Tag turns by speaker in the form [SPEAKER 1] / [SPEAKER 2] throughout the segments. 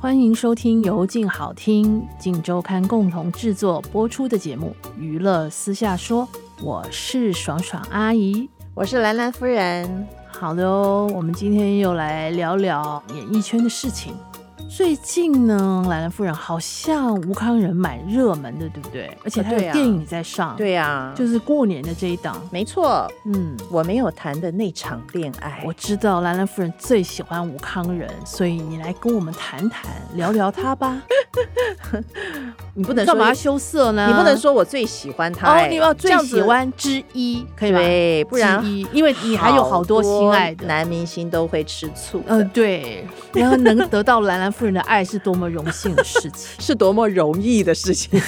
[SPEAKER 1] 欢迎收听由静好听、静周刊共同制作播出的节目《娱乐私下说》，我是爽爽阿姨。
[SPEAKER 2] 我是兰兰夫人。
[SPEAKER 1] 好的哦，我们今天又来聊聊演艺圈的事情。最近呢，兰兰夫人好像吴康仁蛮热门的，对不对？而且他有
[SPEAKER 2] 对啊
[SPEAKER 1] 电影在上，、
[SPEAKER 2] 对呀、
[SPEAKER 1] 就是过年的这一档。
[SPEAKER 2] 没错，
[SPEAKER 1] 嗯，
[SPEAKER 2] 我没有谈的那场恋爱
[SPEAKER 1] 我。知道兰兰夫人最喜欢吴康仁，所以你来跟我们谈谈聊聊他吧。
[SPEAKER 2] 你不能说
[SPEAKER 1] 干嘛羞涩呢？
[SPEAKER 2] 你不能说我最喜欢他、
[SPEAKER 1] 哦，
[SPEAKER 2] 哎
[SPEAKER 1] 你要最喜
[SPEAKER 2] 这样
[SPEAKER 1] 欢之一，可
[SPEAKER 2] 子
[SPEAKER 1] 以吧？
[SPEAKER 2] 对，不然
[SPEAKER 1] 之一，因为你还有好多心爱的。
[SPEAKER 2] 男明星都会吃醋的，
[SPEAKER 1] 呃，对，然后能得到兰兰夫人的爱是多么荣幸的事情。
[SPEAKER 2] 是多么容易的事情。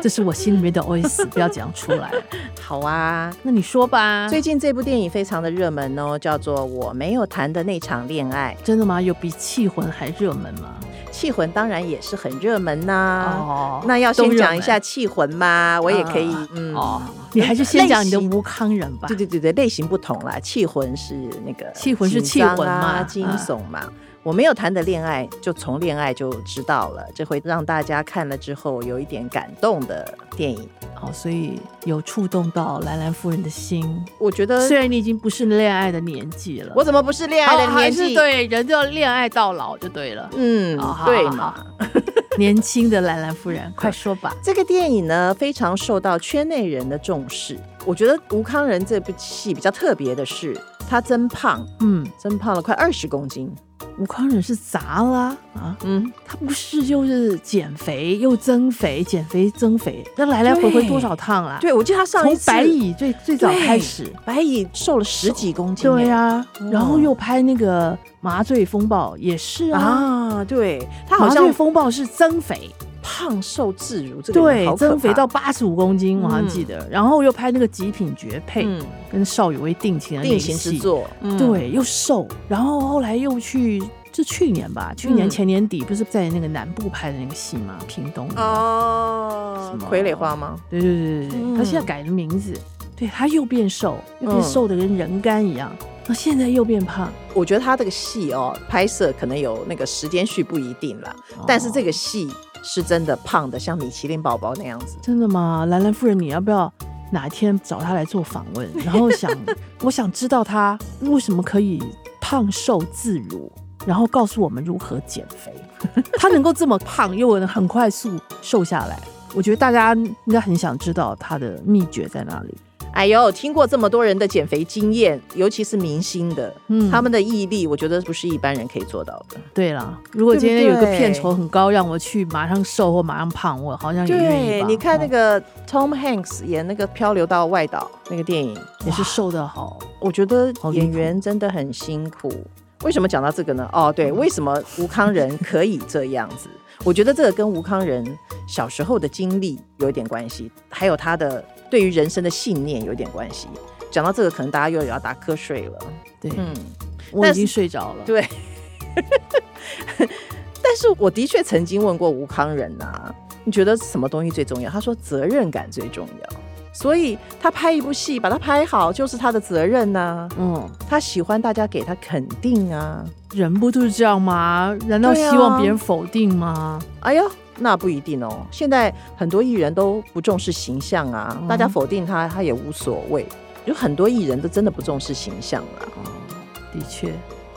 [SPEAKER 1] 这是我心里面的 OS，不要讲出来。
[SPEAKER 2] 好啊，
[SPEAKER 1] 那你说吧，
[SPEAKER 2] 最近这部电影非常的热门哦，叫做《我没有谈的那场恋爱
[SPEAKER 1] 真的吗？有比气魂还热门吗？》，
[SPEAKER 2] 气魂当然也是很热门呐、
[SPEAKER 1] 哦
[SPEAKER 2] 那要先讲一下
[SPEAKER 1] 都
[SPEAKER 2] 气魂嘛，我也可以，
[SPEAKER 1] 热门
[SPEAKER 2] 嗯，
[SPEAKER 1] 哦，你还是先讲你的
[SPEAKER 2] 类型
[SPEAKER 1] 吴康人吧
[SPEAKER 2] 对。对对对，类型不同啦，气魂是那个
[SPEAKER 1] 气魂是
[SPEAKER 2] 紧张
[SPEAKER 1] 气魂
[SPEAKER 2] 啊
[SPEAKER 1] 嘛
[SPEAKER 2] 惊
[SPEAKER 1] 嗯
[SPEAKER 2] 悚嘛。我没有谈的恋爱，就从恋爱就知道了，这会让大家看了之后有一点感动的电影。
[SPEAKER 1] 哦，所以有触动到兰兰夫人的心。
[SPEAKER 2] 我觉得
[SPEAKER 1] 虽然你已经不是恋爱的年纪了，
[SPEAKER 2] 我怎么不是恋爱的
[SPEAKER 1] 哦还
[SPEAKER 2] 年
[SPEAKER 1] 是
[SPEAKER 2] 纪？
[SPEAKER 1] 对人就要恋爱到老就对了。
[SPEAKER 2] 嗯
[SPEAKER 1] 哦好，
[SPEAKER 2] 对
[SPEAKER 1] 好
[SPEAKER 2] 嘛。
[SPEAKER 1] 好年轻的兰兰夫人，快说吧。
[SPEAKER 2] 这个电影呢，非常受到圈内人的重视。我觉得吴康仁这部戏比较特别的是，他增胖，
[SPEAKER 1] 嗯，
[SPEAKER 2] 增胖了快二十公斤。
[SPEAKER 1] 吴康人是砸啦啊，
[SPEAKER 2] 嗯，
[SPEAKER 1] 他不是就是减肥又增肥，减肥增肥，那来来回回
[SPEAKER 2] 对
[SPEAKER 1] 多少趟啦？，
[SPEAKER 2] 对，我记得他上一
[SPEAKER 1] 从
[SPEAKER 2] 次
[SPEAKER 1] 白蚁最最早
[SPEAKER 2] 对
[SPEAKER 1] 开始，
[SPEAKER 2] 白蚁瘦了十几公斤、
[SPEAKER 1] 对啊呀、
[SPEAKER 2] 嗯
[SPEAKER 1] 然后又拍那个《麻醉风暴》也是啊，
[SPEAKER 2] 啊，对他好
[SPEAKER 1] 麻醉
[SPEAKER 2] 像
[SPEAKER 1] 风暴》是增肥，
[SPEAKER 2] 胖瘦自如，这个人
[SPEAKER 1] 对
[SPEAKER 2] 好，可
[SPEAKER 1] 增肥
[SPEAKER 2] 怕
[SPEAKER 1] 到八十五公斤，我好像记得，然后又拍那个《极品绝配》
[SPEAKER 2] 嗯
[SPEAKER 1] 跟邵雨薇定情的那一
[SPEAKER 2] 定型之
[SPEAKER 1] 戏
[SPEAKER 2] 作，嗯，
[SPEAKER 1] 对，又瘦，然后后来又去，是去年吧，去年
[SPEAKER 2] 嗯
[SPEAKER 1] 前年底不是在那个南部拍的那个戏吗？屏东的
[SPEAKER 2] 哦
[SPEAKER 1] 什，么
[SPEAKER 2] 傀儡花吗？
[SPEAKER 1] 对对对对对，他现在
[SPEAKER 2] 嗯
[SPEAKER 1] 改了名字，对他又变瘦，又
[SPEAKER 2] 嗯
[SPEAKER 1] 变瘦的跟人干一样，那现在又变胖，
[SPEAKER 2] 我觉得他这个戏哦，拍摄可能有那个时间序不一定啦，但是这
[SPEAKER 1] 个
[SPEAKER 2] 个戏是真的胖的，像米其林宝宝那样子。
[SPEAKER 1] 真的吗？兰兰夫人，你要不要哪天找他来做访 问？然后想，我想知道他为什么可以胖瘦自如。然后告诉我们如何减 肥，他能够这么胖又能很快速瘦下来，我觉得大家应该很想知道他的秘诀在哪里。
[SPEAKER 2] 哎呦，听过这么多人的减肥经验，尤其是明星的，
[SPEAKER 1] 嗯
[SPEAKER 2] 他们的毅力，我觉得不是一般人可以做到的。
[SPEAKER 1] 对啦，如果
[SPEAKER 2] 对不
[SPEAKER 1] 今天有一个
[SPEAKER 2] 对
[SPEAKER 1] 片酬很高，让我去马上瘦或马上胖，我好像也愿意
[SPEAKER 2] 对，
[SPEAKER 1] 吧。
[SPEAKER 2] 你看那
[SPEAKER 1] 哦
[SPEAKER 2] 个 Tom Hanks 演那个《漂流到外岛》那个电影，
[SPEAKER 1] 也是瘦的好，
[SPEAKER 2] 我觉得
[SPEAKER 1] 好离谱
[SPEAKER 2] 演员真的很辛苦。为什么讲到这个呢？哦，对，为什么吴康仁可以这样子？我觉得这个跟吴康仁小时候的经历有一点关系，还有他的对于人生的信念有一点关系。讲到这个，可能大家又要打瞌睡了。
[SPEAKER 1] 对、
[SPEAKER 2] 嗯，
[SPEAKER 1] 我
[SPEAKER 2] 但
[SPEAKER 1] 已
[SPEAKER 2] 是
[SPEAKER 1] 经睡着了。
[SPEAKER 2] 对。但是我的确曾经问过吴康仁啊，你觉得什么东西最重要？他说责任感最重要。所以他拍一部戏，把它拍好就是他的责任呐、
[SPEAKER 1] 嗯，
[SPEAKER 2] 他喜欢大家给他肯定啊。
[SPEAKER 1] 人不就是这样吗？难道
[SPEAKER 2] 对啊
[SPEAKER 1] 希望别人否定吗？
[SPEAKER 2] 哎呦，那不一定哦。现在很多艺人都不重视形象啊，
[SPEAKER 1] 嗯
[SPEAKER 2] 大家否定他，他也无所谓。有很多艺人都真的不重视形象啊。
[SPEAKER 1] 的确，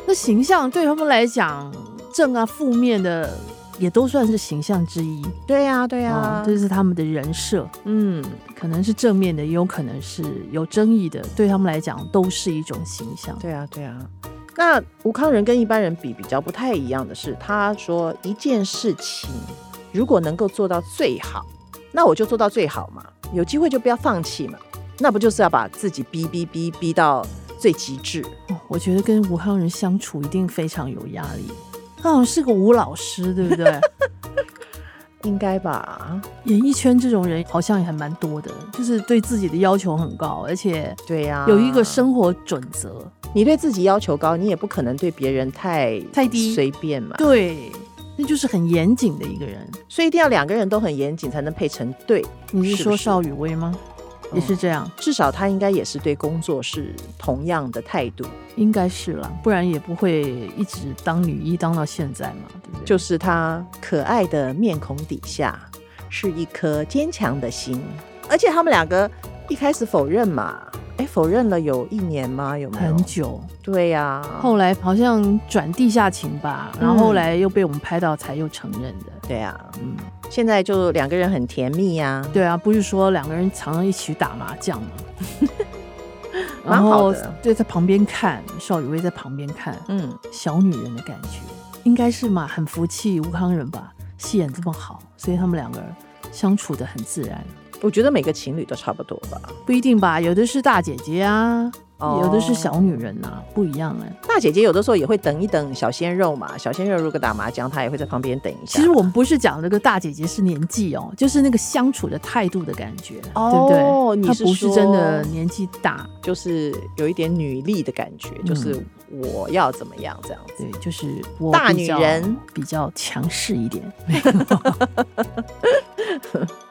[SPEAKER 1] 那形象对他们来讲，正啊负面的也都算是形象之一。
[SPEAKER 2] 对呀、对呀、
[SPEAKER 1] 啊，这是他们的人设，
[SPEAKER 2] 嗯，
[SPEAKER 1] 可能是正面的，也有可能是有争议的，对他们来讲都是一种形象。
[SPEAKER 2] 对呀、对呀、啊那吴康仁跟一般人比比较不太一样的是，他说一件事情如果能够做到最好，那我就做到最好嘛，有机会就不要放弃嘛。那不就是要把自己逼逼逼逼到最极致？
[SPEAKER 1] 哦我觉得跟武汉人相处一定非常有压力。他好像是个吴老师，对不对？
[SPEAKER 2] 应该吧？
[SPEAKER 1] 演艺圈这种人好像也还蛮多的，就是对自己的要求很高，而且
[SPEAKER 2] 对呀、
[SPEAKER 1] 有一个生活准则。
[SPEAKER 2] 你对自己要求高，你也不可能对别人太
[SPEAKER 1] 太低
[SPEAKER 2] 随便嘛。
[SPEAKER 1] 对，那就是很严谨的一个人。
[SPEAKER 2] 所以一定要两个人都很严谨，才能配成对。
[SPEAKER 1] 你是
[SPEAKER 2] 是不
[SPEAKER 1] 说
[SPEAKER 2] 是嗯
[SPEAKER 1] 邵雨薇吗？也是这样，
[SPEAKER 2] 至少他应该也是对工作是同样的态度，
[SPEAKER 1] 应该是啦，不然也不会一直当女一当到现在嘛，对不对？
[SPEAKER 2] 就是他可爱的面孔底下是一颗坚强的心。而且他们两个一开始否认嘛，哎，否认了有一年吗？有没有嗯
[SPEAKER 1] 很？久，
[SPEAKER 2] 对呀、
[SPEAKER 1] 后来好像转地下情吧，然后
[SPEAKER 2] 嗯
[SPEAKER 1] 后来又被我们拍到才又承认的。
[SPEAKER 2] 对呀、
[SPEAKER 1] 嗯，
[SPEAKER 2] 现在就两个人很甜蜜呀、
[SPEAKER 1] 对啊，不是说两个人常常一起打麻将吗？
[SPEAKER 2] 蛮
[SPEAKER 1] 然
[SPEAKER 2] 好
[SPEAKER 1] 后
[SPEAKER 2] 的
[SPEAKER 1] 对在旁边看，邵雨薇在旁边看，
[SPEAKER 2] 嗯，
[SPEAKER 1] 小女人的感觉，应该是嘛，很服气吴康仁吧，戏演这么好，所以他们两个人相处的很自然，
[SPEAKER 2] 我觉得每个情侣都差不多吧。
[SPEAKER 1] 不一定吧，有的是大姐姐啊，
[SPEAKER 2] 哦
[SPEAKER 1] 有的是小女人呐、不一样哎、
[SPEAKER 2] 大姐姐有的时候也会等一等小鲜肉嘛，小鲜肉如果打麻将，她也会在旁边等一下。
[SPEAKER 1] 其实我们不是讲那个大姐姐是年纪哦，就是那个相处的态度的感觉，
[SPEAKER 2] 哦
[SPEAKER 1] 对不对？
[SPEAKER 2] 你
[SPEAKER 1] 她
[SPEAKER 2] 是
[SPEAKER 1] 不是真的
[SPEAKER 2] 说
[SPEAKER 1] 年纪大，
[SPEAKER 2] 就是有一点女力的感觉，就是
[SPEAKER 1] 嗯
[SPEAKER 2] 我要怎么样这样子。
[SPEAKER 1] 对，就是我
[SPEAKER 2] 大
[SPEAKER 1] 比
[SPEAKER 2] 女
[SPEAKER 1] 较
[SPEAKER 2] 人
[SPEAKER 1] 比较强势一点。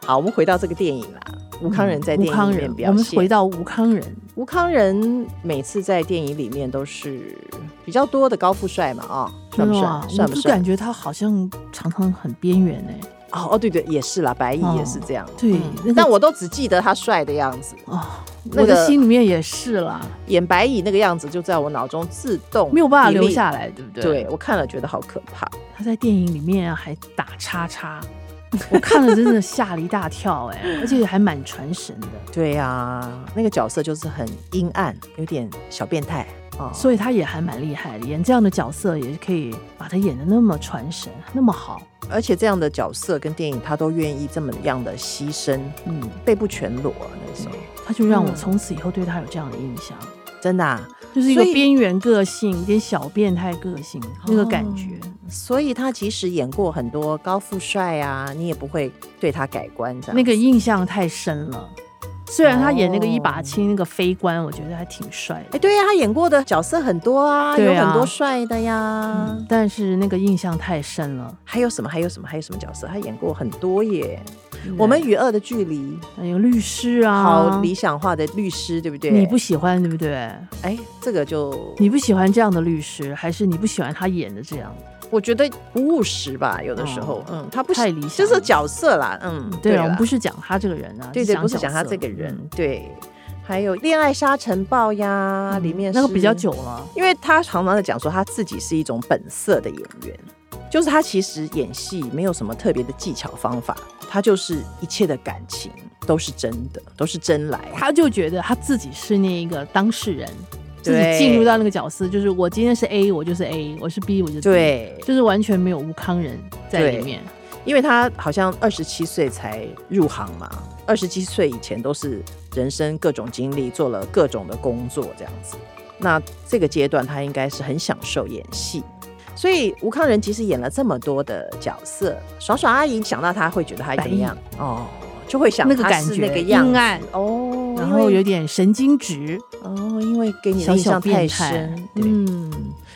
[SPEAKER 2] 好，我们回到这个电影啦，吴康仁在
[SPEAKER 1] 嗯吴
[SPEAKER 2] 电影
[SPEAKER 1] 康
[SPEAKER 2] 里面
[SPEAKER 1] 人，
[SPEAKER 2] 表
[SPEAKER 1] 我
[SPEAKER 2] 现。
[SPEAKER 1] 们回到吴康人，
[SPEAKER 2] 吴康仁每次在电影里面都是比较多的高富帅嘛，啊、算
[SPEAKER 1] 真
[SPEAKER 2] 不
[SPEAKER 1] 的
[SPEAKER 2] 算？
[SPEAKER 1] 吗
[SPEAKER 2] 算
[SPEAKER 1] 我
[SPEAKER 2] 不
[SPEAKER 1] 就
[SPEAKER 2] 算
[SPEAKER 1] 感？觉他好像常常很边缘哎。
[SPEAKER 2] 哦哦，对对，也是啦，白
[SPEAKER 1] 哦
[SPEAKER 2] 蚁也是这样。
[SPEAKER 1] 对
[SPEAKER 2] 嗯
[SPEAKER 1] 那个
[SPEAKER 2] 但我都只记得他帅的样子，
[SPEAKER 1] 哦，
[SPEAKER 2] 那
[SPEAKER 1] 我的
[SPEAKER 2] 个
[SPEAKER 1] 心里面也是啦，
[SPEAKER 2] 演白蚁那个样子就在我脑中自动
[SPEAKER 1] 没有办法
[SPEAKER 2] 比
[SPEAKER 1] 留
[SPEAKER 2] 例。
[SPEAKER 1] 下来，对不对？
[SPEAKER 2] 对，我看了觉得好可怕。
[SPEAKER 1] 他在电影里面啊还打叉叉， 我看了真的吓了一大跳 哎、而且还蛮传神的，
[SPEAKER 2] 对呀、
[SPEAKER 1] 啊
[SPEAKER 2] 那个角色就是很阴暗，有点小变态啊。哦
[SPEAKER 1] 所以他也还蛮厉害的，演这样的角色也可以把他演的那么传神，那么好，
[SPEAKER 2] 而且这样的角色跟电影，他都愿意这么样的牺牲，
[SPEAKER 1] 嗯，
[SPEAKER 2] 背部全裸啊那个时候，
[SPEAKER 1] 他就让我
[SPEAKER 2] 嗯
[SPEAKER 1] 从此以后对他有这样的印象，
[SPEAKER 2] 真的、啊。
[SPEAKER 1] 就是一个
[SPEAKER 2] 所以哦
[SPEAKER 1] 边缘个性，有点小变态个性那个感觉。
[SPEAKER 2] 所以他即使演过很多高富帅啊，你也不会对他改观这样。
[SPEAKER 1] 那个印象太深了。虽然他演那个
[SPEAKER 2] 哦
[SPEAKER 1] 一把青那个飞官，我觉得还挺帅
[SPEAKER 2] 哎，
[SPEAKER 1] 的，
[SPEAKER 2] 对呀、他演过的角色很多啊，
[SPEAKER 1] 对啊
[SPEAKER 2] 有很多帅的呀。
[SPEAKER 1] 嗯但是那个印象太深了。
[SPEAKER 2] 还有什么？还有什么？还有什么角色？他演过很多耶。我们与恶的距离，
[SPEAKER 1] 还有律师啊，
[SPEAKER 2] 嗯好理想化的律师，对不对？
[SPEAKER 1] 你不喜欢对不对？
[SPEAKER 2] 哎，这个就
[SPEAKER 1] 你不喜欢这样的律师，还是你不喜欢他演的这样？
[SPEAKER 2] 我觉得不务实吧，有的时候，
[SPEAKER 1] 哦
[SPEAKER 2] 嗯，他不
[SPEAKER 1] 太
[SPEAKER 2] 是
[SPEAKER 1] 理想
[SPEAKER 2] 就
[SPEAKER 1] 了
[SPEAKER 2] 是角色啦，嗯，
[SPEAKER 1] 对啊，
[SPEAKER 2] 啦
[SPEAKER 1] 我们不是讲他这个人啊，
[SPEAKER 2] 对
[SPEAKER 1] 是
[SPEAKER 2] 对，不是讲他
[SPEAKER 1] 角色嗯
[SPEAKER 2] 这个人，对，还有《恋爱沙尘暴》呀，
[SPEAKER 1] 嗯
[SPEAKER 2] 啊里面
[SPEAKER 1] 那个
[SPEAKER 2] 是
[SPEAKER 1] 比较久，了，
[SPEAKER 2] 因为他常常在讲说他自己是一种本色的演员，就是他其实演戏没有什么特别的技巧方法，他就是一切的感情都是真的，都是真来，
[SPEAKER 1] 他就觉得他自己是那一个当事人，自己
[SPEAKER 2] 对
[SPEAKER 1] 进入到那个角色，就是我今天是 A，我就是 A，我是 B，我就是 B，
[SPEAKER 2] 对，
[SPEAKER 1] 就是完全没有吴康人在里
[SPEAKER 2] 对
[SPEAKER 1] 面。
[SPEAKER 2] 因为他好像二十七岁才入行嘛，二十七岁以前都是人生各种经历，做了各种的工作这样子。那这个阶段他应该是很享受演戏，所以吴康仁即使演了这么多的角色，爽爽阿姨想到他会觉得他怎么样哦，就会想
[SPEAKER 1] 那个
[SPEAKER 2] 他
[SPEAKER 1] 感
[SPEAKER 2] 是
[SPEAKER 1] 觉
[SPEAKER 2] 那个样
[SPEAKER 1] 阴
[SPEAKER 2] 子
[SPEAKER 1] 暗
[SPEAKER 2] 哦，
[SPEAKER 1] 然
[SPEAKER 2] 因为
[SPEAKER 1] 后有点神经质。
[SPEAKER 2] 哦，因为给你的
[SPEAKER 1] 小
[SPEAKER 2] 印
[SPEAKER 1] 小
[SPEAKER 2] 象太
[SPEAKER 1] 变态
[SPEAKER 2] 深，，对，
[SPEAKER 1] 嗯，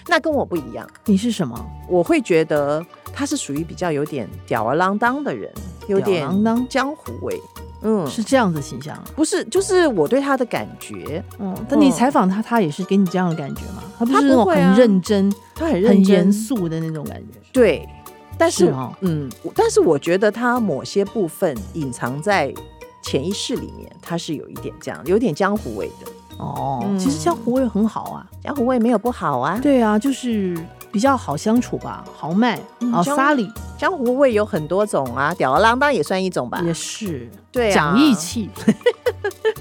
[SPEAKER 2] 那跟我不一样。
[SPEAKER 1] 你是什么？
[SPEAKER 2] 我会觉得他是属于比较有点吊儿郎当的人，有
[SPEAKER 1] 吊儿
[SPEAKER 2] 点
[SPEAKER 1] 郎当
[SPEAKER 2] 江湖味。嗯，
[SPEAKER 1] 是这样子形象啊，
[SPEAKER 2] 不是？就是我对他的感觉，
[SPEAKER 1] 嗯，但你
[SPEAKER 2] 嗯
[SPEAKER 1] 采访他，他也是给你这样的感觉吗？他不
[SPEAKER 2] 他
[SPEAKER 1] 是
[SPEAKER 2] 不
[SPEAKER 1] 那种
[SPEAKER 2] 会
[SPEAKER 1] 很
[SPEAKER 2] 啊
[SPEAKER 1] 认真、
[SPEAKER 2] 他很认真
[SPEAKER 1] 很严，肃的那种感觉。
[SPEAKER 2] 对。但
[SPEAKER 1] 是
[SPEAKER 2] 是，
[SPEAKER 1] 哦
[SPEAKER 2] 嗯，我但是我觉得他某些部分隐藏在潜意识里面，他是有一点这样，有点江湖味的。
[SPEAKER 1] 哦，
[SPEAKER 2] 嗯
[SPEAKER 1] 其实江湖味很好啊，
[SPEAKER 2] 江湖味没有不好啊，
[SPEAKER 1] 对啊，就是比较好相处吧，豪迈，
[SPEAKER 2] 嗯
[SPEAKER 1] 好
[SPEAKER 2] 江
[SPEAKER 1] 沙里
[SPEAKER 2] 江湖味有很多种啊，吊儿郎当也算一种吧。
[SPEAKER 1] 也是，
[SPEAKER 2] 对啊
[SPEAKER 1] 讲义 气，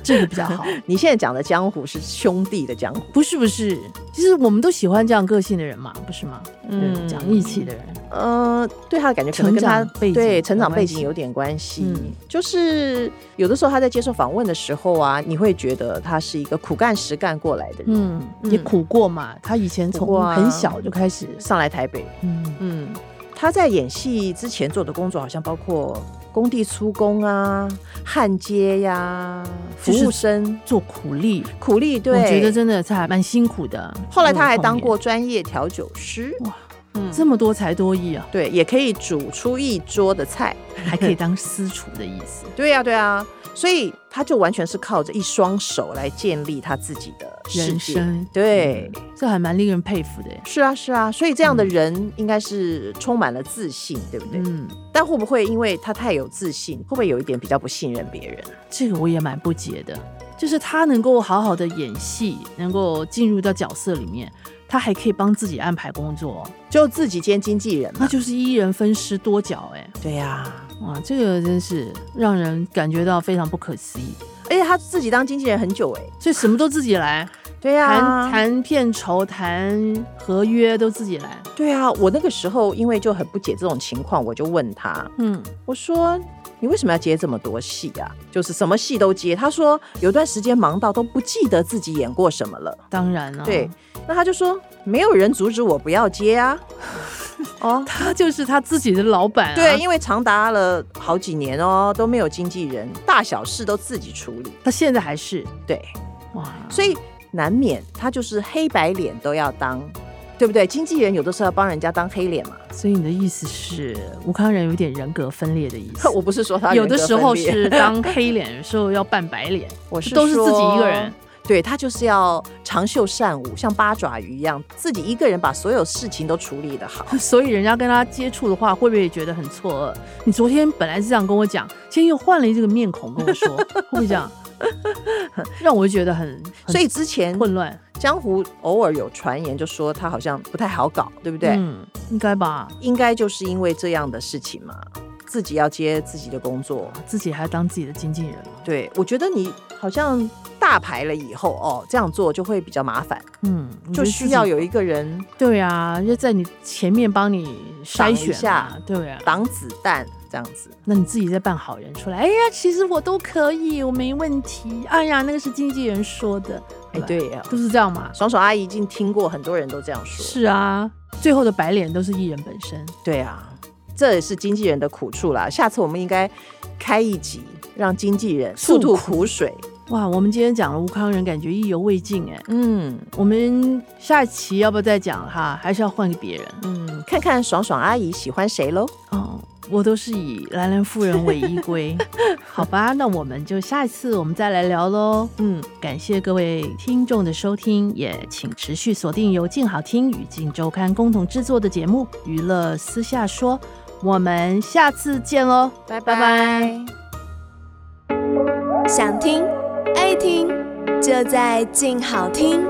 [SPEAKER 1] 这个比较好。
[SPEAKER 2] 你现在讲的江湖是兄弟的江湖，
[SPEAKER 1] 不是不是，其实我们都喜欢这样个性的人嘛，不是吗？嗯，讲义气的人，
[SPEAKER 2] 呃，对他的感觉可
[SPEAKER 1] 成
[SPEAKER 2] 能跟他
[SPEAKER 1] 长背景
[SPEAKER 2] 对
[SPEAKER 1] 有
[SPEAKER 2] 成长背
[SPEAKER 1] 关
[SPEAKER 2] 景
[SPEAKER 1] 系
[SPEAKER 2] 有点关系。
[SPEAKER 1] 嗯
[SPEAKER 2] 就是有的时候他在接受访问的时候啊，你会觉得他是一个苦干实干过来的人，
[SPEAKER 1] 嗯，也
[SPEAKER 2] 嗯
[SPEAKER 1] 苦过嘛。他以前
[SPEAKER 2] 苦过
[SPEAKER 1] 从
[SPEAKER 2] 啊
[SPEAKER 1] 很小就开始，
[SPEAKER 2] 上来台北，
[SPEAKER 1] 嗯，
[SPEAKER 2] 嗯，他在演戏之前做的工作好像包括工地出工啊、焊接呀、服
[SPEAKER 1] 就是
[SPEAKER 2] 务生、
[SPEAKER 1] 做苦力，
[SPEAKER 2] 苦力。
[SPEAKER 1] 我
[SPEAKER 2] 对，
[SPEAKER 1] 觉得真的是还蛮辛苦的。
[SPEAKER 2] 后来他还
[SPEAKER 1] 那个
[SPEAKER 2] 当
[SPEAKER 1] 童
[SPEAKER 2] 过专业调酒师。
[SPEAKER 1] 哇，
[SPEAKER 2] 嗯
[SPEAKER 1] 年，这么多才多艺 啊，
[SPEAKER 2] 对，也可以煮出一桌的菜。
[SPEAKER 1] 还可以当私厨的意 思。
[SPEAKER 2] 对呀、对呀、所以他就完全是靠着一双手来建立他自己的世
[SPEAKER 1] 人
[SPEAKER 2] 界
[SPEAKER 1] 生嗯
[SPEAKER 2] 对，
[SPEAKER 1] 这还蛮令人佩服的耶。
[SPEAKER 2] 是啊，是啊，所以这样的人应该是充满了自信，对不对？
[SPEAKER 1] 嗯，
[SPEAKER 2] 但会不会因为他太有自信，会不会有一点比较不信任别人？啊
[SPEAKER 1] 这个我也蛮不解的，就是他能够好好的演戏，能够进入到角色里面，他还可以帮自己安排工作哦，
[SPEAKER 2] 就自己兼经纪人
[SPEAKER 1] 那
[SPEAKER 2] 嘛？
[SPEAKER 1] 就是一人分饰多角哎。
[SPEAKER 2] 对呀、
[SPEAKER 1] 哇，这个真是让人感觉到非常不可思议，
[SPEAKER 2] 而且哎他自己当经纪人很久哎、
[SPEAKER 1] 所以什么都自己来，
[SPEAKER 2] 对啊呀、
[SPEAKER 1] 谈谈片酬、谈合约都自己来。
[SPEAKER 2] 对啊，我那个时候因为就很不解这种情况，我就问他，
[SPEAKER 1] 嗯，
[SPEAKER 2] 我说你为什么要接这么多戏啊？就是什么戏都接。他说有段时间忙到都不记得自己演过什么了。
[SPEAKER 1] 当然了、
[SPEAKER 2] 对，那他就说没有人阻止我不要接 啊。哦，
[SPEAKER 1] 他 就是他自己的老板、啊，
[SPEAKER 2] 对，因为长达了好几年哦，都没有经纪人，大小事都自己处理。
[SPEAKER 1] 他现在还是
[SPEAKER 2] 对，
[SPEAKER 1] 哇，
[SPEAKER 2] 所以难免他就是黑白脸都要当，对不对？经纪人有的时候要帮人家当黑脸嘛。
[SPEAKER 1] 所以你的意思是吴康仁有点人格分裂的意思？
[SPEAKER 2] 我不是说他
[SPEAKER 1] 有
[SPEAKER 2] 人
[SPEAKER 1] 的
[SPEAKER 2] 格
[SPEAKER 1] 时
[SPEAKER 2] 分
[SPEAKER 1] 候
[SPEAKER 2] 裂
[SPEAKER 1] 是当黑脸，有时候要扮白 脸，
[SPEAKER 2] 我是
[SPEAKER 1] 都是自己一个人
[SPEAKER 2] 说。对他就是要长袖善舞，像八爪鱼一样，自己一个人把所有事情都处理得好。
[SPEAKER 1] 所以人家跟他接触的话，会不会觉得很错愕？你昨天本来是这样跟我讲，现在又换了一个面孔跟我 说，会不会这样？ 让我觉得很很
[SPEAKER 2] 所以之前
[SPEAKER 1] 混乱，
[SPEAKER 2] 江湖偶尔有传言，就说他好像不太好搞，对不对？
[SPEAKER 1] 嗯，应该吧？
[SPEAKER 2] 应该就是因为这样的事情嘛，自己要接自己的工作。
[SPEAKER 1] 自己还当自己的经纪人嘛
[SPEAKER 2] 对我觉得你好像大牌了以后哦，这样做就会比较麻烦，
[SPEAKER 1] 嗯，我觉
[SPEAKER 2] 就
[SPEAKER 1] 得自
[SPEAKER 2] 需
[SPEAKER 1] 己
[SPEAKER 2] 要有一个人
[SPEAKER 1] 对啊，要在你前面帮你筛
[SPEAKER 2] 挡一
[SPEAKER 1] 选嘛
[SPEAKER 2] 下
[SPEAKER 1] 对啊，
[SPEAKER 2] 挡子弹这样子。
[SPEAKER 1] 那你自己再扮好人出来。哎呀，其实我都可以，我没问题。哎呀，那个是经纪人说的。
[SPEAKER 2] 哎，，对呀、
[SPEAKER 1] 都是这样嘛。
[SPEAKER 2] 爽爽阿姨已经听过很多人都这样说。
[SPEAKER 1] 是啊，最后的白脸都是艺人本身。
[SPEAKER 2] 对啊，这也是经纪人的苦处啦。下次我们应该开一集，让经纪人
[SPEAKER 1] 诉
[SPEAKER 2] 吐
[SPEAKER 1] 苦
[SPEAKER 2] 吐苦水。
[SPEAKER 1] 哇，我们今天讲了吴康仁，感觉意犹未尽哎。
[SPEAKER 2] 嗯
[SPEAKER 1] 我们下一期要不要再讲哈？还是要换给别人？
[SPEAKER 2] 嗯，看看爽爽阿姨喜欢谁喽。
[SPEAKER 1] 哦，我都是以兰兰夫人为依 归。好吧，那我们就下一次我们再来聊喽。
[SPEAKER 2] 嗯，
[SPEAKER 1] 感谢各位听众的收听，也请持续锁定由静好听与静周刊共同制作的节目《娱乐私下说》，我们下次见喽。
[SPEAKER 2] 拜
[SPEAKER 1] 拜拜
[SPEAKER 3] 想听爱听，就在静好听。